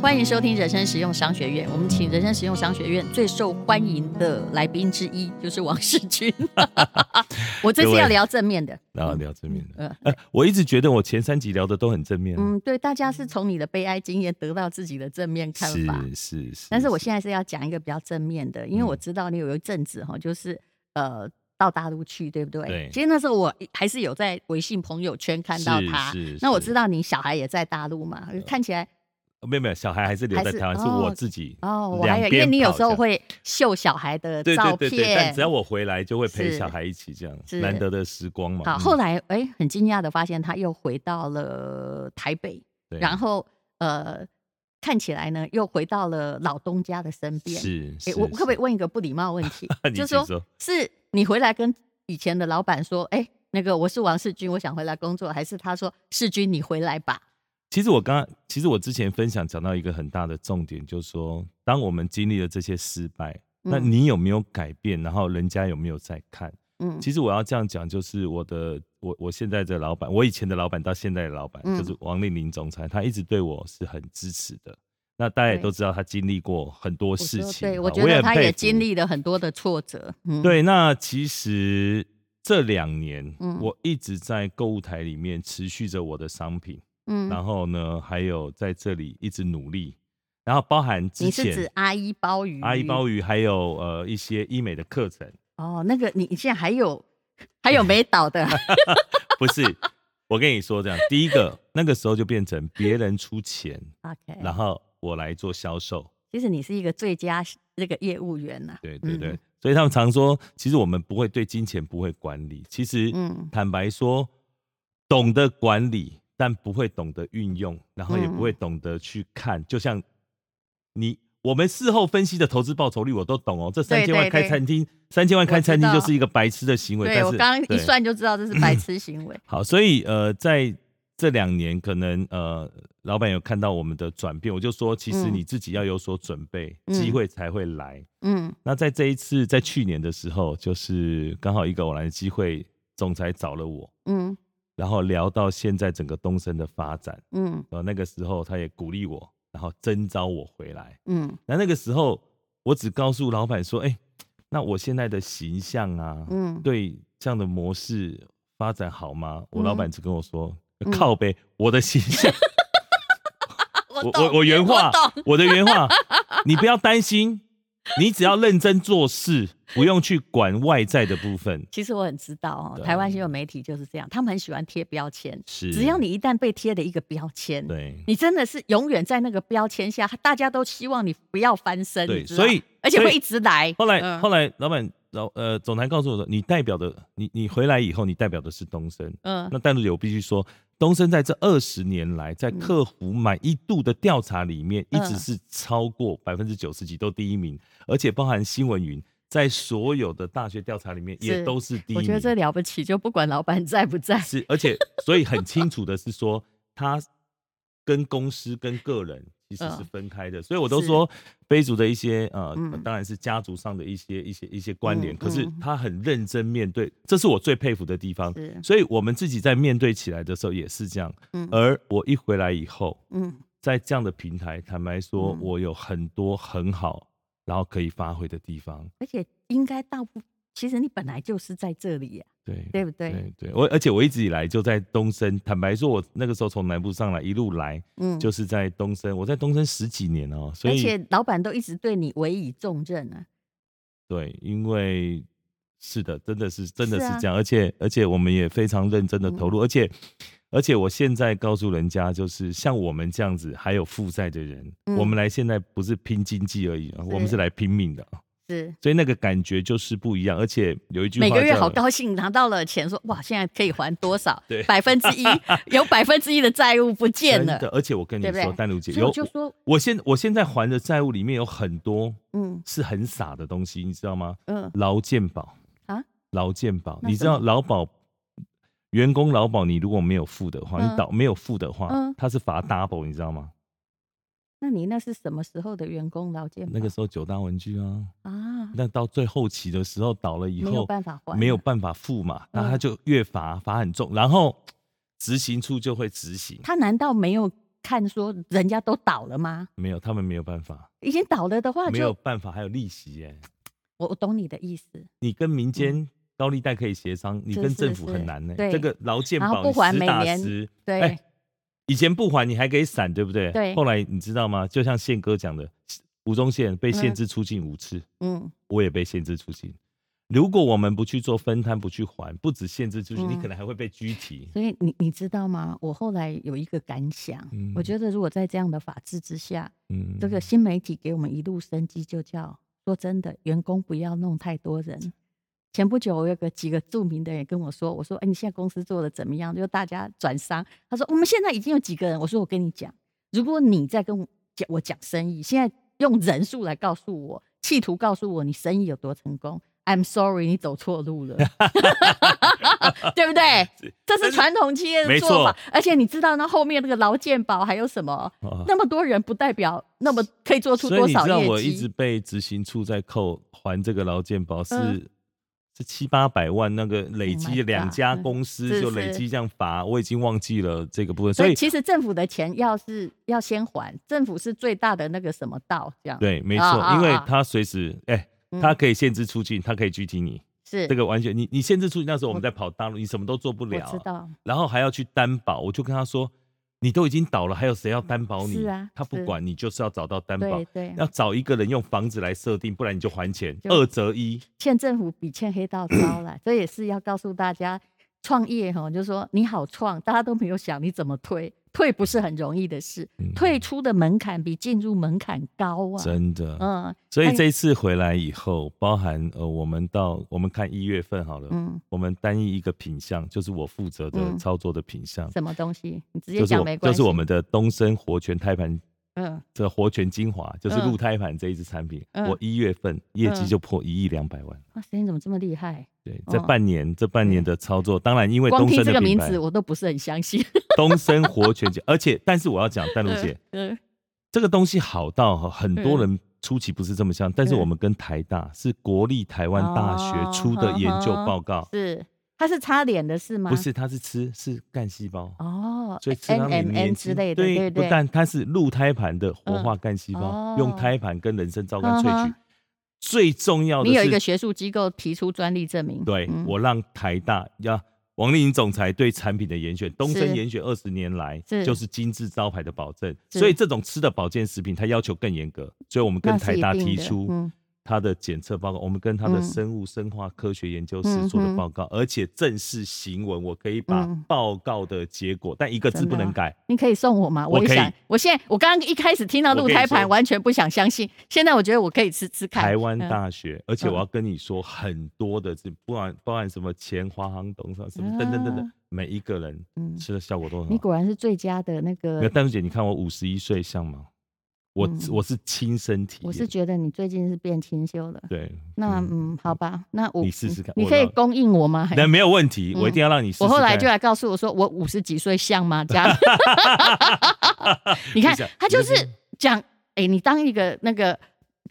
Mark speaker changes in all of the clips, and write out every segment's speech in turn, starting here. Speaker 1: 欢迎收听人生实用商学院。我们请人生实用商学院最受欢迎的来宾之一，就是王世 军。我这次要聊正面的，
Speaker 2: 然后啊聊正面的。
Speaker 1: 嗯
Speaker 2: 呃，我一直觉得我前三集聊的都很正面，
Speaker 1: 嗯，对，大家是从你的悲哀经验得到自己的正面看
Speaker 2: 是
Speaker 1: 法。
Speaker 2: 是是。
Speaker 1: 但是我现在是要讲一个比较正面的，因为我知道你有一阵子哈，就是呃到大陆去，对不对？
Speaker 2: 对
Speaker 1: 其实那时候我还是有在微信朋友圈看到他。
Speaker 2: 是是哦
Speaker 1: 那我
Speaker 2: 是哦
Speaker 1: 知道你小孩也在大陆嘛，看起来
Speaker 2: 没有没有，小孩还是留
Speaker 1: 还
Speaker 2: 在
Speaker 1: 是
Speaker 2: 台湾，是
Speaker 1: 哦
Speaker 2: 我自己
Speaker 1: 哦，我还有，
Speaker 2: 两
Speaker 1: 因为
Speaker 2: 边
Speaker 1: 你有
Speaker 2: 跑
Speaker 1: 时候
Speaker 2: 这样
Speaker 1: 会秀小孩的
Speaker 2: 对
Speaker 1: 照
Speaker 2: 对
Speaker 1: 片，
Speaker 2: 对对，但只要我回来就会陪
Speaker 1: 是
Speaker 2: 小孩一起这样
Speaker 1: 是，
Speaker 2: 难得的时光嘛。
Speaker 1: 好，
Speaker 2: 嗯
Speaker 1: 后来哎、很惊讶的发现他又回到了台北，
Speaker 2: 对
Speaker 1: 然后呃，看起来呢又回到了老东家的身边。
Speaker 2: 是，
Speaker 1: 哎、
Speaker 2: 是
Speaker 1: 我可不可以
Speaker 2: 是
Speaker 1: 问一个不礼貌的问题
Speaker 2: ？你
Speaker 1: 就是
Speaker 2: 请
Speaker 1: 说
Speaker 2: 说
Speaker 1: 是你回来跟以前的老板说，哎、那个我是王世军，我想回来工作，还是他说世军你回来吧？
Speaker 2: 其实我刚，其实我之前分享讲到一个很大的重点，就是说，当我们经历了这些失败，那
Speaker 1: 嗯
Speaker 2: 你有没有改变？然后人家有没有在看？
Speaker 1: 嗯，
Speaker 2: 其实我要这样讲，就是我的，我我现在的老板，我以前的老板到现在的老板，
Speaker 1: 嗯
Speaker 2: 就是王令林总裁，他一直对我是很支持的。那大家也
Speaker 1: 对
Speaker 2: 都知道，他经历过很多
Speaker 1: 我
Speaker 2: 事
Speaker 1: 说
Speaker 2: 情，
Speaker 1: 对，
Speaker 2: 哈
Speaker 1: 我觉得
Speaker 2: 很
Speaker 1: 他
Speaker 2: 佩
Speaker 1: 也
Speaker 2: 服
Speaker 1: 经历了很多的挫折。嗯，，
Speaker 2: 对，那其实这两年，
Speaker 1: 嗯
Speaker 2: 我一直在购物台里面持续着我的商品，
Speaker 1: 嗯，
Speaker 2: 然后呢，还有在这里一直努力，然后包含之
Speaker 1: 你是指
Speaker 2: 前
Speaker 1: 阿姨鲍鱼？
Speaker 2: 阿姨
Speaker 1: 鱼。
Speaker 2: 包鱼，还有呃一些医美的课程，
Speaker 1: 哦，那个你你现在还有还有没倒 的，
Speaker 2: 不是。我跟你说，这样第一个，那个时候就变成别人出钱，
Speaker 1: OK，
Speaker 2: 然后我来做销售，
Speaker 1: 其实你是一个最佳那个业务员呐、
Speaker 2: 对对对，
Speaker 1: 嗯
Speaker 2: 所以他们常说，其实我们不会对金钱不会管理，其实
Speaker 1: 嗯
Speaker 2: 坦白说，懂得管理，但不会懂得运用，然后也不
Speaker 1: 嗯
Speaker 2: 会懂得去看，就像你。我们事后分析的投资报酬率我都懂哦，这三千万
Speaker 1: 对对
Speaker 2: 开餐厅，三千万
Speaker 1: 我
Speaker 2: 开
Speaker 1: 知
Speaker 2: 餐厅
Speaker 1: 道
Speaker 2: 就是一个白痴的行为。但
Speaker 1: 对
Speaker 2: 是
Speaker 1: 我刚刚
Speaker 2: 对。
Speaker 1: 一算就知道这是白痴行为
Speaker 2: 嗯好，所以呃，在这两年，可能呃，老板有看到我们的转变，我就说，其
Speaker 1: 嗯
Speaker 2: 实你自己要有所准备，机、
Speaker 1: 嗯
Speaker 2: 会才会来。
Speaker 1: 嗯
Speaker 2: 那在这一次，在去年的时候，就是刚好一个偶然的机会，总裁找了我，
Speaker 1: 嗯
Speaker 2: 然后聊到现在整个东升的发展，
Speaker 1: 嗯
Speaker 2: 然后那个时候他也鼓励我，然后征召我回来。
Speaker 1: 嗯
Speaker 2: 那那个时候，我只告诉老板说，哎、那我现在的形象啊，
Speaker 1: 嗯，
Speaker 2: 对这样的模式发展好吗？我
Speaker 1: 嗯
Speaker 2: 老板只跟我说，
Speaker 1: 嗯
Speaker 2: 靠呗，我的形象，
Speaker 1: 我
Speaker 2: 我
Speaker 1: 懂
Speaker 2: 我我原话
Speaker 1: 我懂，
Speaker 2: 我的原话，你不要担心，你只要认真做事，不用去管外在的部分。
Speaker 1: 其实我很知道哦，
Speaker 2: 对
Speaker 1: 台湾新闻媒体就是这样，他们很喜欢贴标签，
Speaker 2: 是，
Speaker 1: 只要你一旦被贴了一个标签，
Speaker 2: 对
Speaker 1: 你真的是永远在那个标签下，大家都希望你不要翻身，
Speaker 2: 对，
Speaker 1: 你知道
Speaker 2: 所以
Speaker 1: 而且
Speaker 2: 所以
Speaker 1: 会一直来。
Speaker 2: 后来、
Speaker 1: 嗯
Speaker 2: 后来老板老呃总裁告诉我说，你代表的你你回来以后，你代表的是东升。
Speaker 1: 嗯
Speaker 2: 那但是我必须说，东升在这二十年来，在
Speaker 1: 嗯
Speaker 2: 客服满意度的调查里面，一
Speaker 1: 嗯
Speaker 2: 直是超过百分之九十几，都第一名，而且包含新闻云。在所有的大学调查里面，
Speaker 1: 是
Speaker 2: 也都是第一名。
Speaker 1: 我觉得这了不起，就不管老板在不在，
Speaker 2: 是，而且所以很清楚的是说，他跟公司跟个人其实是
Speaker 1: 嗯
Speaker 2: 分开的，所以我都
Speaker 1: 是
Speaker 2: 说杯族的一些呃，
Speaker 1: 嗯
Speaker 2: 当然是家族上的一些一些一些关联，
Speaker 1: 嗯
Speaker 2: 可是
Speaker 1: 嗯
Speaker 2: 他很认真面对，这是我最佩服的地方。
Speaker 1: 是
Speaker 2: 所以我们自己在面对起来的时候也是这样，
Speaker 1: 嗯
Speaker 2: 而我一回来以后，
Speaker 1: 嗯
Speaker 2: 在这样的平台，坦白说，
Speaker 1: 嗯
Speaker 2: 我有很多很好，然后可以发挥的地方。
Speaker 1: 而且应该大部，其实你本来就是在这里呀、
Speaker 2: 对，
Speaker 1: 对不对？
Speaker 2: 对对，我而且我一直以来就在东升。坦白说，我那个时候从南部上来，一路来
Speaker 1: 嗯，
Speaker 2: 就是在东升。我在东升十几年哦、所
Speaker 1: 而
Speaker 2: 以
Speaker 1: 且老板都一直对你委以重任啊。
Speaker 2: 对，因为是的，真的是真的
Speaker 1: 是
Speaker 2: 是
Speaker 1: 啊嗯
Speaker 2: 这样。而且而且我们也非常认真的投入，而且而且我现在告诉人家，就是像我们这样子还有负债的人，
Speaker 1: 嗯
Speaker 2: 我们来现在不是拼经济而已，啊我们
Speaker 1: 是
Speaker 2: 是来拼命的。啊
Speaker 1: 是
Speaker 2: 所以那个感觉就是不一样，而且有一句话
Speaker 1: 每个月
Speaker 2: 叫
Speaker 1: 好高兴，拿到了钱说哇，现在可以还多少？
Speaker 2: 对
Speaker 1: 百分之一，有百分之一的债务不见
Speaker 2: 真
Speaker 1: 了
Speaker 2: 的，。而且我跟你
Speaker 1: 对不对
Speaker 2: 说，丹如姐
Speaker 1: 所以我
Speaker 2: 有
Speaker 1: 就说，
Speaker 2: 我现我现在还的债务里面有很多
Speaker 1: 嗯
Speaker 2: 是很傻的东西，你知道吗？
Speaker 1: 嗯，
Speaker 2: 劳健保
Speaker 1: 啊，
Speaker 2: 劳健保，
Speaker 1: 那
Speaker 2: 你
Speaker 1: 什
Speaker 2: 知道
Speaker 1: 么
Speaker 2: 劳保员工劳保，你如果没有付的话，
Speaker 1: 嗯
Speaker 2: 你倒没有付的话，
Speaker 1: 嗯
Speaker 2: 他是罚 double，你知道吗？
Speaker 1: 那你那是什么时候的员工劳健保？
Speaker 2: 那个时候九大文具啊，
Speaker 1: 啊，
Speaker 2: 那到最后期的时候倒了以
Speaker 1: 没有
Speaker 2: 后，
Speaker 1: 办法还，
Speaker 2: 没有，办法付嘛，那他
Speaker 1: 嗯
Speaker 2: 就越罚，罚很重，然后执行处就会执行。
Speaker 1: 他难道没有看说人家都倒了吗？
Speaker 2: 没有，他们没有办法，
Speaker 1: 已经倒了的话
Speaker 2: 没有
Speaker 1: 就，
Speaker 2: 办法，还有利息耶、
Speaker 1: 我我懂你的意思。
Speaker 2: 你跟民间高利贷可以协商，你
Speaker 1: 嗯是
Speaker 2: 跟
Speaker 1: 是
Speaker 2: 政府
Speaker 1: 是
Speaker 2: 很难呢、
Speaker 1: 对
Speaker 2: 这个劳健
Speaker 1: 然后不
Speaker 2: 保你
Speaker 1: 还
Speaker 2: 实
Speaker 1: 每
Speaker 2: 打
Speaker 1: 年
Speaker 2: 实，
Speaker 1: 对，
Speaker 2: 哎以前不还你还可以闪，对不对？
Speaker 1: 对
Speaker 2: 后来你知道吗？就像宪哥讲的，吴宗宪被限制出境五次，
Speaker 1: 嗯，
Speaker 2: 我也被限制出境。如果我们不去做分摊，不去还，不止限制出境，
Speaker 1: 嗯
Speaker 2: 你可能还会被拘提。
Speaker 1: 所以你你知道吗？我后来有一个感想，
Speaker 2: 嗯
Speaker 1: 我觉得如果在这样的法治之下，
Speaker 2: 嗯，
Speaker 1: 这个新媒体给我们一路生机，就叫说真的，员工不要弄太多人。前不久，我有个几个著名的人跟我说，我说：“哎、你现在公司做的怎么样？”就大家转商，他说：“我们现在已经有几个人。”我说：“我跟你讲，如果你在跟我讲我讲生意，现在用人数来告诉我，企图告诉我你生意有多成功，I'm sorry，你走错路了， 对不 对？这是传统企业的
Speaker 2: 没
Speaker 1: 做法
Speaker 2: 错，
Speaker 1: 而且你知道那后面那个劳健保还有什么？
Speaker 2: 啊
Speaker 1: 那么多人不代表那么可以做出
Speaker 2: 所以
Speaker 1: 多
Speaker 2: 你
Speaker 1: 少
Speaker 2: 知道
Speaker 1: 业绩。
Speaker 2: 我一直被执行处在扣还这个劳健保是、
Speaker 1: 嗯
Speaker 2: 是七八百万，那个累
Speaker 1: Oh my
Speaker 2: 积
Speaker 1: god，
Speaker 2: 两家
Speaker 1: 嗯
Speaker 2: 公司
Speaker 1: 是
Speaker 2: 就累
Speaker 1: 是
Speaker 2: 积这样罚，我已经忘记了这个部分，
Speaker 1: 所
Speaker 2: 所以
Speaker 1: 以其实政府的钱要是要先还，政府是最大的那个什么道这样。，
Speaker 2: 对，没错，
Speaker 1: 啊啊
Speaker 2: 因为
Speaker 1: 啊
Speaker 2: 他随时哎，
Speaker 1: 嗯
Speaker 2: 他可以限制出境，他可以拘提你，
Speaker 1: 是
Speaker 2: 这个完全你你限制出境那时候我们
Speaker 1: 我
Speaker 2: 在跑大陆，你什么都做不了
Speaker 1: 我知
Speaker 2: 啊，
Speaker 1: 道。
Speaker 2: 然后还要去担保，我就跟他说，你都已经倒了，还有谁要担保你
Speaker 1: 是啊？
Speaker 2: 他不
Speaker 1: 是
Speaker 2: 管你，就是要找到担保
Speaker 1: 对。对，
Speaker 2: 要找一个人用房子来设定，不然你就还钱，
Speaker 1: 就
Speaker 2: 二择一。
Speaker 1: 欠政府比欠黑道高 了，这也是要告诉大家，创业哈，就是说你好创，大家都没有想你怎么退，退不是很容易的事，
Speaker 2: 嗯
Speaker 1: 退出的门槛比进入门槛高啊。
Speaker 2: 真的，
Speaker 1: 嗯
Speaker 2: 所
Speaker 1: 还
Speaker 2: 以
Speaker 1: 有
Speaker 2: 这一次回来以后，包含呃，我们到我们看一月份好了，
Speaker 1: 嗯，
Speaker 2: 我们单一一个品项，就是我负责的
Speaker 1: 嗯
Speaker 2: 操作的品项，
Speaker 1: 什么东西？你直接
Speaker 2: 就是
Speaker 1: 讲
Speaker 2: 我
Speaker 1: 没关
Speaker 2: 就
Speaker 1: 系。
Speaker 2: 是我们的东升活泉胎盘，
Speaker 1: 嗯，
Speaker 2: 这活泉精华就是
Speaker 1: 嗯
Speaker 2: 鹿胎盘这一支产品，
Speaker 1: 嗯
Speaker 2: 我一月份业绩
Speaker 1: 嗯
Speaker 2: 就破一亿两百万。
Speaker 1: 哇塞，你啊怎么这么厉害？
Speaker 2: 对，这
Speaker 1: 哦
Speaker 2: 半年这半年的操作，当然因为
Speaker 1: 光
Speaker 2: 东
Speaker 1: 听
Speaker 2: 升
Speaker 1: 这
Speaker 2: 的
Speaker 1: 个
Speaker 2: 品
Speaker 1: 名
Speaker 2: 牌
Speaker 1: 字，，我都不是很相信。
Speaker 2: 东升活泉精，而且但是我要 讲，淡如姐，
Speaker 1: 嗯，
Speaker 2: 这个东西好到哈很多人初期不是这么想，
Speaker 1: 嗯
Speaker 2: 但是我们跟台大是国立台湾大学出
Speaker 1: 哦
Speaker 2: 的研究报告，
Speaker 1: 是，他是擦脸的是吗？
Speaker 2: 不是它是吃是干细胞，
Speaker 1: 哦
Speaker 2: 所以吃
Speaker 1: ，N
Speaker 2: 到你
Speaker 1: M
Speaker 2: 年
Speaker 1: N
Speaker 2: 轻
Speaker 1: 之类的，
Speaker 2: 对，
Speaker 1: 对
Speaker 2: 不
Speaker 1: 对，
Speaker 2: 但它是鹿胎盘的活化干细
Speaker 1: 嗯
Speaker 2: 胞
Speaker 1: 哦，
Speaker 2: 用胎盘跟人参皂苷萃
Speaker 1: 嗯
Speaker 2: 取
Speaker 1: 哼，
Speaker 2: 最重要
Speaker 1: 你有一
Speaker 2: 的
Speaker 1: 个
Speaker 2: 是，
Speaker 1: 学术机构提出专利证明，
Speaker 2: 对
Speaker 1: 嗯
Speaker 2: 我让台大要。王丽颖总裁对产品的严选，东升严选二十年来
Speaker 1: 是
Speaker 2: 就是金字招牌的保证，
Speaker 1: 是
Speaker 2: 所以这种吃的保健食品，它要求更严格，所以我们跟
Speaker 1: 那是
Speaker 2: 台
Speaker 1: 一
Speaker 2: 大
Speaker 1: 定
Speaker 2: 提
Speaker 1: 的
Speaker 2: 出，
Speaker 1: 嗯
Speaker 2: 他的检测报告，我们跟他的
Speaker 1: 嗯
Speaker 2: 生物生化科学研究室做的报告，而且正式行文，我可以把
Speaker 1: 嗯
Speaker 2: 报告的结果，但一个字
Speaker 1: 真的
Speaker 2: 不能
Speaker 1: 吗
Speaker 2: 改。
Speaker 1: 你可以送我吗？我
Speaker 2: 我
Speaker 1: 也
Speaker 2: 可以
Speaker 1: 想，我现在我刚刚一开始听到
Speaker 2: 我
Speaker 1: 鹿
Speaker 2: 跟你
Speaker 1: 胎
Speaker 2: 说
Speaker 1: 盘，完全不想相信。现在我觉得我可以吃吃看。
Speaker 2: 台湾
Speaker 1: 嗯
Speaker 2: 大学，而且
Speaker 1: 嗯
Speaker 2: 我要跟你说很多的字，不管包含什么前华航董事长什么
Speaker 1: 啊
Speaker 2: 等等等等，每一个人
Speaker 1: 嗯
Speaker 2: 吃的效果都很
Speaker 1: 你
Speaker 2: 好。
Speaker 1: 果然是最佳的那
Speaker 2: 那
Speaker 1: 个，
Speaker 2: 丹如姐，你看我五十一岁像吗？我
Speaker 1: 嗯
Speaker 2: 我是亲身体
Speaker 1: 我是
Speaker 2: 验，
Speaker 1: 觉得你最近是变清秀了。
Speaker 2: 对，
Speaker 1: 那
Speaker 2: 嗯
Speaker 1: 嗯，好吧，那我
Speaker 2: 你试试看
Speaker 1: 你
Speaker 2: 我
Speaker 1: 可以
Speaker 2: 让
Speaker 1: 供应我吗？还
Speaker 2: 那没有问题，
Speaker 1: 嗯
Speaker 2: 我一定要让你试试
Speaker 1: 我后来
Speaker 2: 看
Speaker 1: 就来告诉我说，我五十几岁像吗？ 这样，你看
Speaker 2: 是啊
Speaker 1: 他就
Speaker 2: 你就是
Speaker 1: 讲，哎、你当一个那个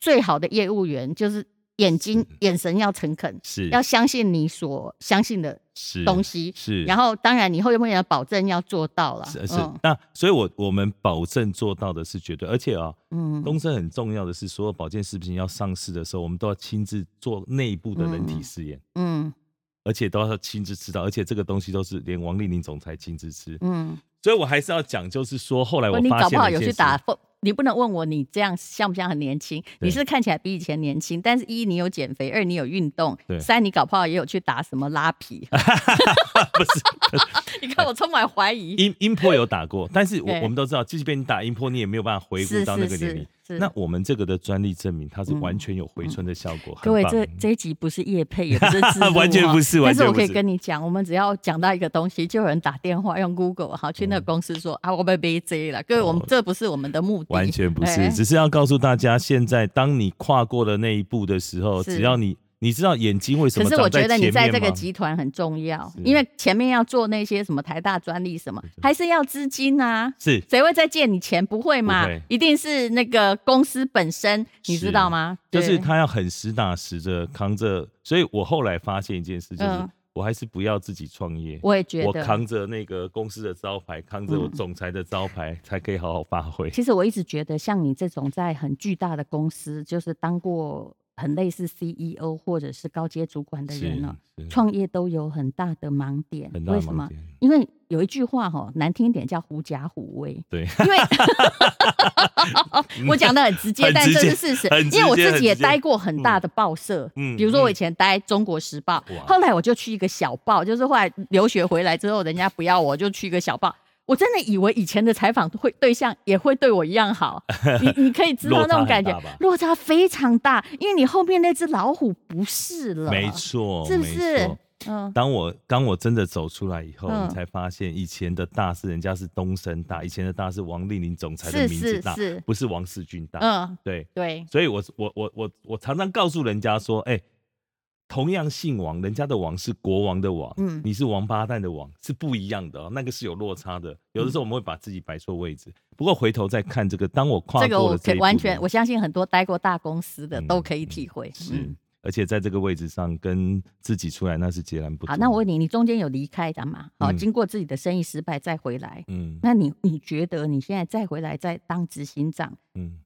Speaker 1: 最好的业务员，就是眼睛眼神要诚恳，
Speaker 2: 是
Speaker 1: 要相信你所相信的
Speaker 2: 是
Speaker 1: 东西，
Speaker 2: 是，
Speaker 1: 然后嗯当然你后面要保证要做到了，
Speaker 2: 是是，那所以我，我们保证做到的是绝对，而且啊、
Speaker 1: 嗯
Speaker 2: 东升很重要的是，所有保健食品要上市的时候，我们都要亲自做内部的人体试验，
Speaker 1: 嗯
Speaker 2: 而且都要亲自吃到，而且这个东西都是连王丽玲总裁亲自吃，
Speaker 1: 嗯，
Speaker 2: 所以我还是要讲，就是说，后来
Speaker 1: 不过
Speaker 2: 我
Speaker 1: 哦你
Speaker 2: 发
Speaker 1: 搞不
Speaker 2: 现了
Speaker 1: 好
Speaker 2: 一
Speaker 1: 有
Speaker 2: 件
Speaker 1: 去
Speaker 2: 事，
Speaker 1: 打风，你不能问我你这样像不像很年轻？
Speaker 2: 对
Speaker 1: 你是看起来比以前年轻，但是一你有减肥，二你有运动
Speaker 2: 对，
Speaker 1: 三你搞不好也有去打什么拉 皮。
Speaker 2: 不是
Speaker 1: 你看我充满怀疑。
Speaker 2: 音音波有打过，但是我
Speaker 1: 对
Speaker 2: 我们都知道，即便你打音波，你也没有办法回顾
Speaker 1: 是
Speaker 2: 到那
Speaker 1: 是
Speaker 2: 个年龄
Speaker 1: 是。是，
Speaker 2: 那我们这个的专利证明，它是
Speaker 1: 嗯
Speaker 2: 完全有回春的效果，
Speaker 1: 各位
Speaker 2: 很棒
Speaker 1: 这这一集不是叶配，也不是 自
Speaker 2: 完全不是完
Speaker 1: 但是
Speaker 2: 全
Speaker 1: 我
Speaker 2: 不
Speaker 1: 可以
Speaker 2: 是
Speaker 1: 跟你讲，我们只要讲到一个东西，就有人打电话用 Google 哈去那个公司说、啊，我被 BJ 了。各位，我们、
Speaker 2: 嗯哦
Speaker 1: 这不是我们的目的，
Speaker 2: 完全不是，
Speaker 1: 哎
Speaker 2: 只是要告诉大家，现在当你跨过了那一步的时候，
Speaker 1: 是
Speaker 2: 只要你你知道眼睛为什
Speaker 1: 可
Speaker 2: 么
Speaker 1: 是我
Speaker 2: 长
Speaker 1: 觉得
Speaker 2: 在
Speaker 1: 你
Speaker 2: 前
Speaker 1: 在这
Speaker 2: 面
Speaker 1: 个
Speaker 2: 吗？
Speaker 1: 集团很重要
Speaker 2: 是，
Speaker 1: 因为前面要做那些什么台大专利什么，还是要资金啊。
Speaker 2: 是
Speaker 1: 谁会再借你钱？不会嘛，
Speaker 2: 不会
Speaker 1: 一定是那个公司本身，你
Speaker 2: 是
Speaker 1: 知道吗？
Speaker 2: 就是
Speaker 1: 对
Speaker 2: 他要很实打实的扛着。所以我后来发现一件事，就是
Speaker 1: 嗯
Speaker 2: 我还是不要自己创业。
Speaker 1: 我也觉
Speaker 2: 我
Speaker 1: 得
Speaker 2: 扛着那个公司的招牌，扛着我
Speaker 1: 嗯
Speaker 2: 总裁的招牌，才可以好好发挥。
Speaker 1: 其实我一直觉得，像你这种在很巨大的公司，就是当过很类似 CEO 或者是高阶主管的人哦了、
Speaker 2: 是是
Speaker 1: 创业都有很大的盲点。
Speaker 2: 很大的
Speaker 1: 为什
Speaker 2: 盲
Speaker 1: 么？
Speaker 2: 点。
Speaker 1: 因为有一句话哈、难听一点叫“狐假虎威”。
Speaker 2: 对，
Speaker 1: 因为 我讲的很直接，
Speaker 2: 很
Speaker 1: 但
Speaker 2: 直
Speaker 1: 这
Speaker 2: 接
Speaker 1: 是事实
Speaker 2: 很。直
Speaker 1: 因为我
Speaker 2: 接
Speaker 1: 自
Speaker 2: 很
Speaker 1: 己也
Speaker 2: 直接
Speaker 1: 待过很大的报社，
Speaker 2: 嗯
Speaker 1: 比如说我
Speaker 2: 嗯
Speaker 1: 以前待《中国时报》
Speaker 2: 哇
Speaker 1: 后来我就去一个小报，就是后来留学回来之后，人家不要我，就去一个小报。我真的以为以前的采访会对象也会对我一样 好，你你可以知道那种感觉
Speaker 2: 落差很大吧，
Speaker 1: 落差非常大，因为你后面那只老虎不是了，
Speaker 2: 没，错，
Speaker 1: 啊是不
Speaker 2: 没
Speaker 1: 是
Speaker 2: 错？
Speaker 1: 嗯，
Speaker 2: 当我当我真的走出来以后，
Speaker 1: 嗯
Speaker 2: 你才发现以前的大是人家是东升大，以前的大是王丽玲总裁的
Speaker 1: 是
Speaker 2: 名字
Speaker 1: 是
Speaker 2: 大，
Speaker 1: 是，
Speaker 2: 不是王世军大。
Speaker 1: 嗯，
Speaker 2: 对，
Speaker 1: 对，
Speaker 2: 所以我我我我我常常告诉人家说，哎、同样姓王，人家的王是国王的王，
Speaker 1: 嗯
Speaker 2: 你是王八蛋的王，是不一样的、哦，那个是有落差的。有
Speaker 1: 嗯
Speaker 2: 的时候我们会把自己摆错位置，不过回头再看这个，当我跨
Speaker 1: 这个
Speaker 2: 过
Speaker 1: 我
Speaker 2: 了
Speaker 1: 可
Speaker 2: 这一
Speaker 1: 以
Speaker 2: 步
Speaker 1: 完
Speaker 2: 的
Speaker 1: 全，我相信很多待过大公司的
Speaker 2: 嗯
Speaker 1: 都可以体会。
Speaker 2: 是
Speaker 1: 嗯，，
Speaker 2: 而且在这个位置上跟自己出来，那是截然不同。
Speaker 1: 好，那我问你，你中间有离开的嘛？好，
Speaker 2: 嗯
Speaker 1: 经过自己的生意失败再回来，
Speaker 2: 嗯
Speaker 1: 那你你觉得你现在再回来再当执行长，
Speaker 2: 嗯，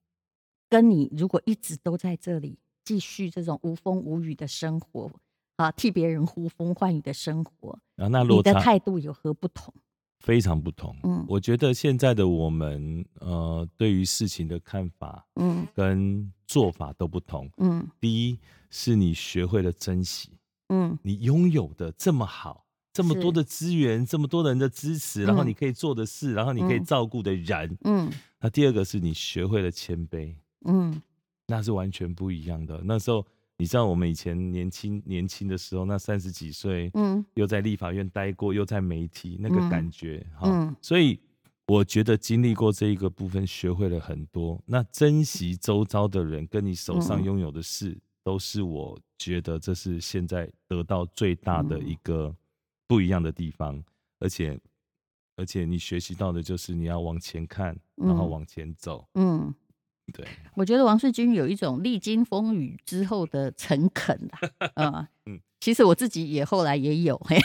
Speaker 1: 跟你如果一直都在这里继续这种无风无雨的生活，啊，替别人呼风唤雨的生活，
Speaker 2: 然后那
Speaker 1: 你
Speaker 2: 落
Speaker 1: 的
Speaker 2: 差
Speaker 1: 态度有何不同？
Speaker 2: 非常不同。
Speaker 1: 嗯
Speaker 2: 我觉得现在的我们，呃，对于事情的看法
Speaker 1: 嗯
Speaker 2: 跟做法都不同。
Speaker 1: 嗯
Speaker 2: 第一是你学会了珍惜
Speaker 1: 嗯
Speaker 2: 你拥有的这么好，这么
Speaker 1: 是
Speaker 2: 多的资源，这么多人的支持，然后
Speaker 1: 嗯
Speaker 2: 你可以做的事，然后你可以
Speaker 1: 嗯
Speaker 2: 照顾的人。
Speaker 1: 嗯
Speaker 2: 那第二个是你学会了谦卑，
Speaker 1: 嗯
Speaker 2: 那是完全不一样的。那时候你知道，我们以前年轻年轻的时候，那三十几岁，
Speaker 1: 嗯
Speaker 2: 又在立法院待过，又在媒体，那个
Speaker 1: 嗯
Speaker 2: 感觉哈、
Speaker 1: 嗯
Speaker 2: 所以我觉得经历过这一个部分，学会了很多。那珍惜周遭的人，跟你手上
Speaker 1: 嗯
Speaker 2: 拥有的事，都是我觉得这是现在得到最大的
Speaker 1: 嗯
Speaker 2: 一个不一样的地方，而且。而且你学习到的就是你要往前看，然后
Speaker 1: 嗯
Speaker 2: 往前走。
Speaker 1: 嗯，
Speaker 2: 对，
Speaker 1: 我觉得王世军有一种历经风雨之后的诚恳 啊，嗯
Speaker 2: 嗯
Speaker 1: 其实我自己也后来也有，嘿，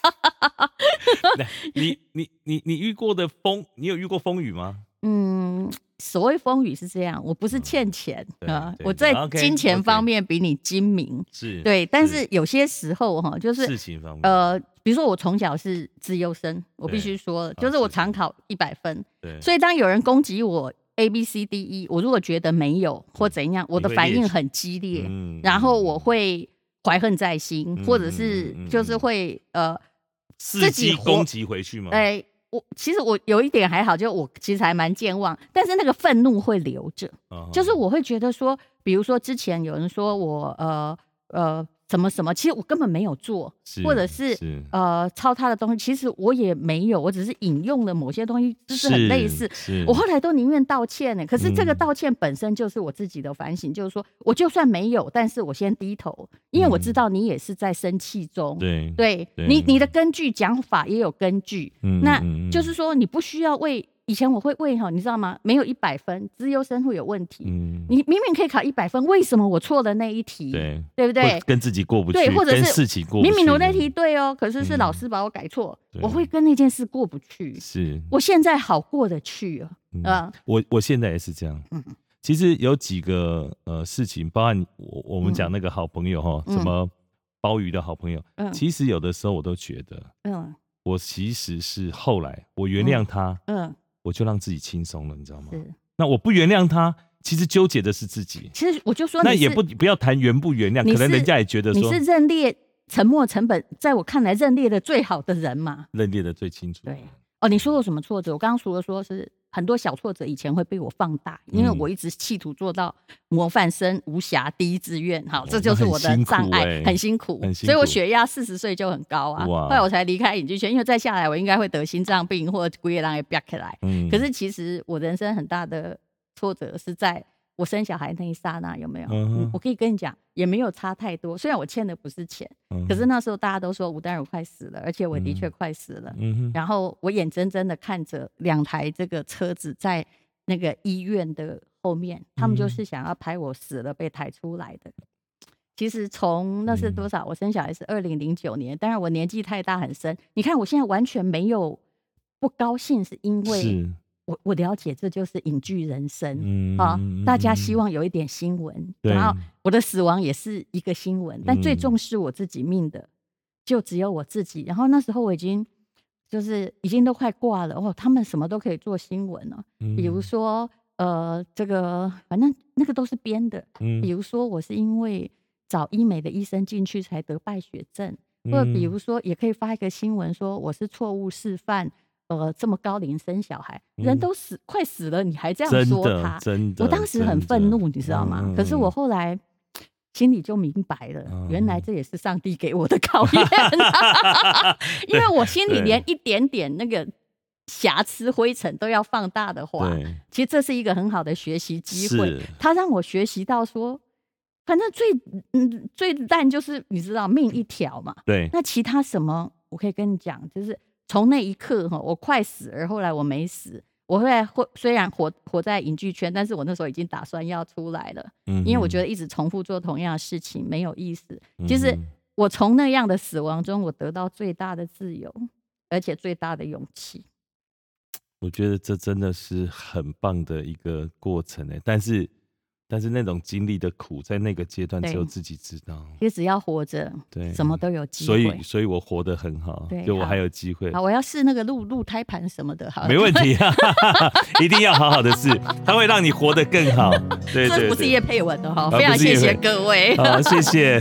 Speaker 2: 那你你你你遇过的风，你有遇过风雨吗？
Speaker 1: 嗯，所谓风雨是这样，我不是欠钱
Speaker 2: 嗯对
Speaker 1: 啊、
Speaker 2: 对
Speaker 1: 我在
Speaker 2: ，OK，
Speaker 1: 金钱
Speaker 2: OK
Speaker 1: 方面比你精明，
Speaker 2: 是，
Speaker 1: 对，但是有些时候哈，就是
Speaker 2: 事情方面，
Speaker 1: 呃，比如说我从小是资优生，我必
Speaker 2: 对
Speaker 1: 须说，
Speaker 2: 啊
Speaker 1: 就是我
Speaker 2: 是
Speaker 1: 常考一百分，
Speaker 2: 对，
Speaker 1: 所以当有人攻击我 A B C D E，我如果觉得没有或怎样，我的
Speaker 2: 嗯你会
Speaker 1: 反
Speaker 2: 列
Speaker 1: 应
Speaker 2: 举
Speaker 1: 很激烈，
Speaker 2: 嗯
Speaker 1: 然后我
Speaker 2: 嗯
Speaker 1: 会怀恨在心，
Speaker 2: 嗯
Speaker 1: 或者
Speaker 2: 嗯
Speaker 1: 是
Speaker 2: 嗯嗯
Speaker 1: 就是
Speaker 2: 嗯
Speaker 1: 会呃，
Speaker 2: 伺
Speaker 1: 己
Speaker 2: 机
Speaker 1: 活
Speaker 2: 攻击回去吗？
Speaker 1: 哎、我其实我有一点还好，就我其实还蛮健忘，但是那个愤怒会留着，
Speaker 2: 嗯，
Speaker 1: 就是我会觉得说，比如说之前有人说我呃呃什么什么，其实我根本没有做，
Speaker 2: 是，
Speaker 1: 或者是呃抄他的东西，其实我也没有，我只是引用了某些东西，就是很类似。
Speaker 2: 是
Speaker 1: 我后来都宁愿道歉呢，可是这个
Speaker 2: 嗯
Speaker 1: 道歉本身就是我自己的反省，就是说我就算没有，但是我先低头，因为我知
Speaker 2: 嗯
Speaker 1: 道你也是在生气中，
Speaker 2: 对，
Speaker 1: 对
Speaker 2: 对
Speaker 1: 你你的根据讲法也有根据，
Speaker 2: 嗯
Speaker 1: 那
Speaker 2: 嗯嗯
Speaker 1: 就是说你不需要为以前我会为哈，你知道吗？没有一百分，资优生会有问题。
Speaker 2: 嗯，
Speaker 1: 你明明可以考一百分，为什么我错的那一题？
Speaker 2: 对
Speaker 1: 对不对
Speaker 2: 会？跟自己过不去，
Speaker 1: 对或者
Speaker 2: 跟
Speaker 1: 是
Speaker 2: 事情过不去
Speaker 1: 明
Speaker 2: 的，
Speaker 1: 明我那题对哦，可是是
Speaker 2: 嗯
Speaker 1: 老师把我改错，
Speaker 2: 对啊
Speaker 1: 我会跟那件事过不去。
Speaker 2: 是
Speaker 1: 我现在好过得去啊，
Speaker 2: 嗯
Speaker 1: 呃
Speaker 2: 我我现在也是这样。
Speaker 1: 嗯
Speaker 2: 其实有几个呃事情，包含我我们
Speaker 1: 嗯
Speaker 2: 讲那个好朋友哈，
Speaker 1: 嗯
Speaker 2: 什么鲍鱼的好朋友，
Speaker 1: 嗯
Speaker 2: 其实有的时候我都觉得，
Speaker 1: 嗯
Speaker 2: 我其实是后来我原
Speaker 1: 嗯
Speaker 2: 谅他，
Speaker 1: 嗯，
Speaker 2: 我就让自己轻松了，你知道吗？
Speaker 1: 是。
Speaker 2: 那我不原谅他，其实纠结的是自己。
Speaker 1: 其实我就说
Speaker 2: 那
Speaker 1: 你
Speaker 2: 也
Speaker 1: 是
Speaker 2: 不不要谈原不原谅，
Speaker 1: 你
Speaker 2: 可能
Speaker 1: 是
Speaker 2: 人家也觉得
Speaker 1: 你
Speaker 2: 说
Speaker 1: 是认列沉没成本，在我看来认列的最好的人嘛。
Speaker 2: 认列的最清楚。
Speaker 1: 对，哦，你说过什么挫折？我刚刚除了说是很多小挫折，以前会被我放大，因为
Speaker 2: 嗯
Speaker 1: 我一直企图做到模范生、无瑕、第一志愿，好，
Speaker 2: 哦
Speaker 1: 这就是
Speaker 2: 那很
Speaker 1: 我的
Speaker 2: 辛苦
Speaker 1: 障碍，
Speaker 2: 欸
Speaker 1: 很辛苦，
Speaker 2: 很辛
Speaker 1: 所以我
Speaker 2: 苦
Speaker 1: 血压四十岁就很高啊，
Speaker 2: 哇
Speaker 1: 后来我才离开影剧圈，因为再下来我应该会得心脏病或者骨也让也飙起来。
Speaker 2: 嗯
Speaker 1: 可是其实我人生很大的挫折是在我生小孩那一刹那，有没有？
Speaker 2: 嗯哼
Speaker 1: 嗯我可以跟你讲，也没有差太多，虽然我欠的不是钱，
Speaker 2: 嗯
Speaker 1: 可是那时候大家都说吴丹如快死了，而且我的
Speaker 2: 嗯
Speaker 1: 确快死了。
Speaker 2: 嗯哼，
Speaker 1: 然后我眼睁睁的看着两台这个车子在那个医院的后面，他们就
Speaker 2: 嗯
Speaker 1: 是想要拍我死了被抬出来的。其实从那是
Speaker 2: 嗯
Speaker 1: 多少？我生小孩是二零零九年，当然我年纪太大很深。你看我现在完全没有不高兴，是因为
Speaker 2: 是，
Speaker 1: 我我了解这就是隐居人生
Speaker 2: 嗯
Speaker 1: 啊、大家希
Speaker 2: 望
Speaker 1: 望有一点新闻，
Speaker 2: 对嗯
Speaker 1: 然后我的死亡也是一个新闻，但最重视我自己命的就只有我自己。然后那时候我已经就是已经都快挂了哦，他们什么都可以做新闻了、
Speaker 2: 嗯
Speaker 1: 比如，说呃，这个反正那个都是编的。
Speaker 2: 嗯
Speaker 1: 比如说，我是因为找医美的医生进去才得败血症，
Speaker 2: 嗯
Speaker 1: 或者比如说，也可以发一个新闻说我是错误示范，呃，这么高龄生小孩，人
Speaker 2: 嗯
Speaker 1: 都死快死了，你还这样
Speaker 2: 真
Speaker 1: 说
Speaker 2: 的
Speaker 1: 他，
Speaker 2: 真的，
Speaker 1: 我当时很
Speaker 2: 真的嗯
Speaker 1: 愤怒，你知道吗？可是我，后来。心里就明白了，原来
Speaker 2: 嗯
Speaker 1: 这也是上帝给我的考验、 啊， 因为我心里
Speaker 2: 嗯对
Speaker 1: 连一点点那个瑕疵、灰尘都要放大的话，
Speaker 2: 嗯嗯嗯
Speaker 1: 其实这是一个很好的学习机会。
Speaker 2: 是
Speaker 1: 他让我学习到说，反正最嗯最烂就是你知道命一条嘛，
Speaker 2: 对对，
Speaker 1: 那其他什么我可以跟你讲，就是从那一刻哈，我快死而后来我没死。我后来会虽然活活在影剧圈，但是我那时候已经打算要出来了，因为我觉
Speaker 2: 得
Speaker 1: 得一直重复做同样的事情没有意思。
Speaker 2: 嗯
Speaker 1: 其实我从那样的死亡中，我得到最大的自由，而且最大的勇气。
Speaker 2: 我觉得这真的是很棒的一个过程诶，但是但是那种经历的苦，在那个阶段
Speaker 1: 对
Speaker 2: 只有自己知道，
Speaker 1: 其实只要活着，
Speaker 2: 对，
Speaker 1: 什么都有机
Speaker 2: 所
Speaker 1: 会。
Speaker 2: 以所以我活得很好
Speaker 1: 对，
Speaker 2: 就我
Speaker 1: 好
Speaker 2: 还有机会
Speaker 1: 好，，我要试那个鹿鹿胎盘什么的，好了，
Speaker 2: 没问题 啊，一定要好好的试，它会让你活得更好。对对
Speaker 1: 这
Speaker 2: 对，
Speaker 1: 不是叶佩文的哈，
Speaker 2: 啊
Speaker 1: 非常
Speaker 2: 不是
Speaker 1: 谢
Speaker 2: 叶
Speaker 1: 谢
Speaker 2: 佩
Speaker 1: 各位。
Speaker 2: 好，谢谢。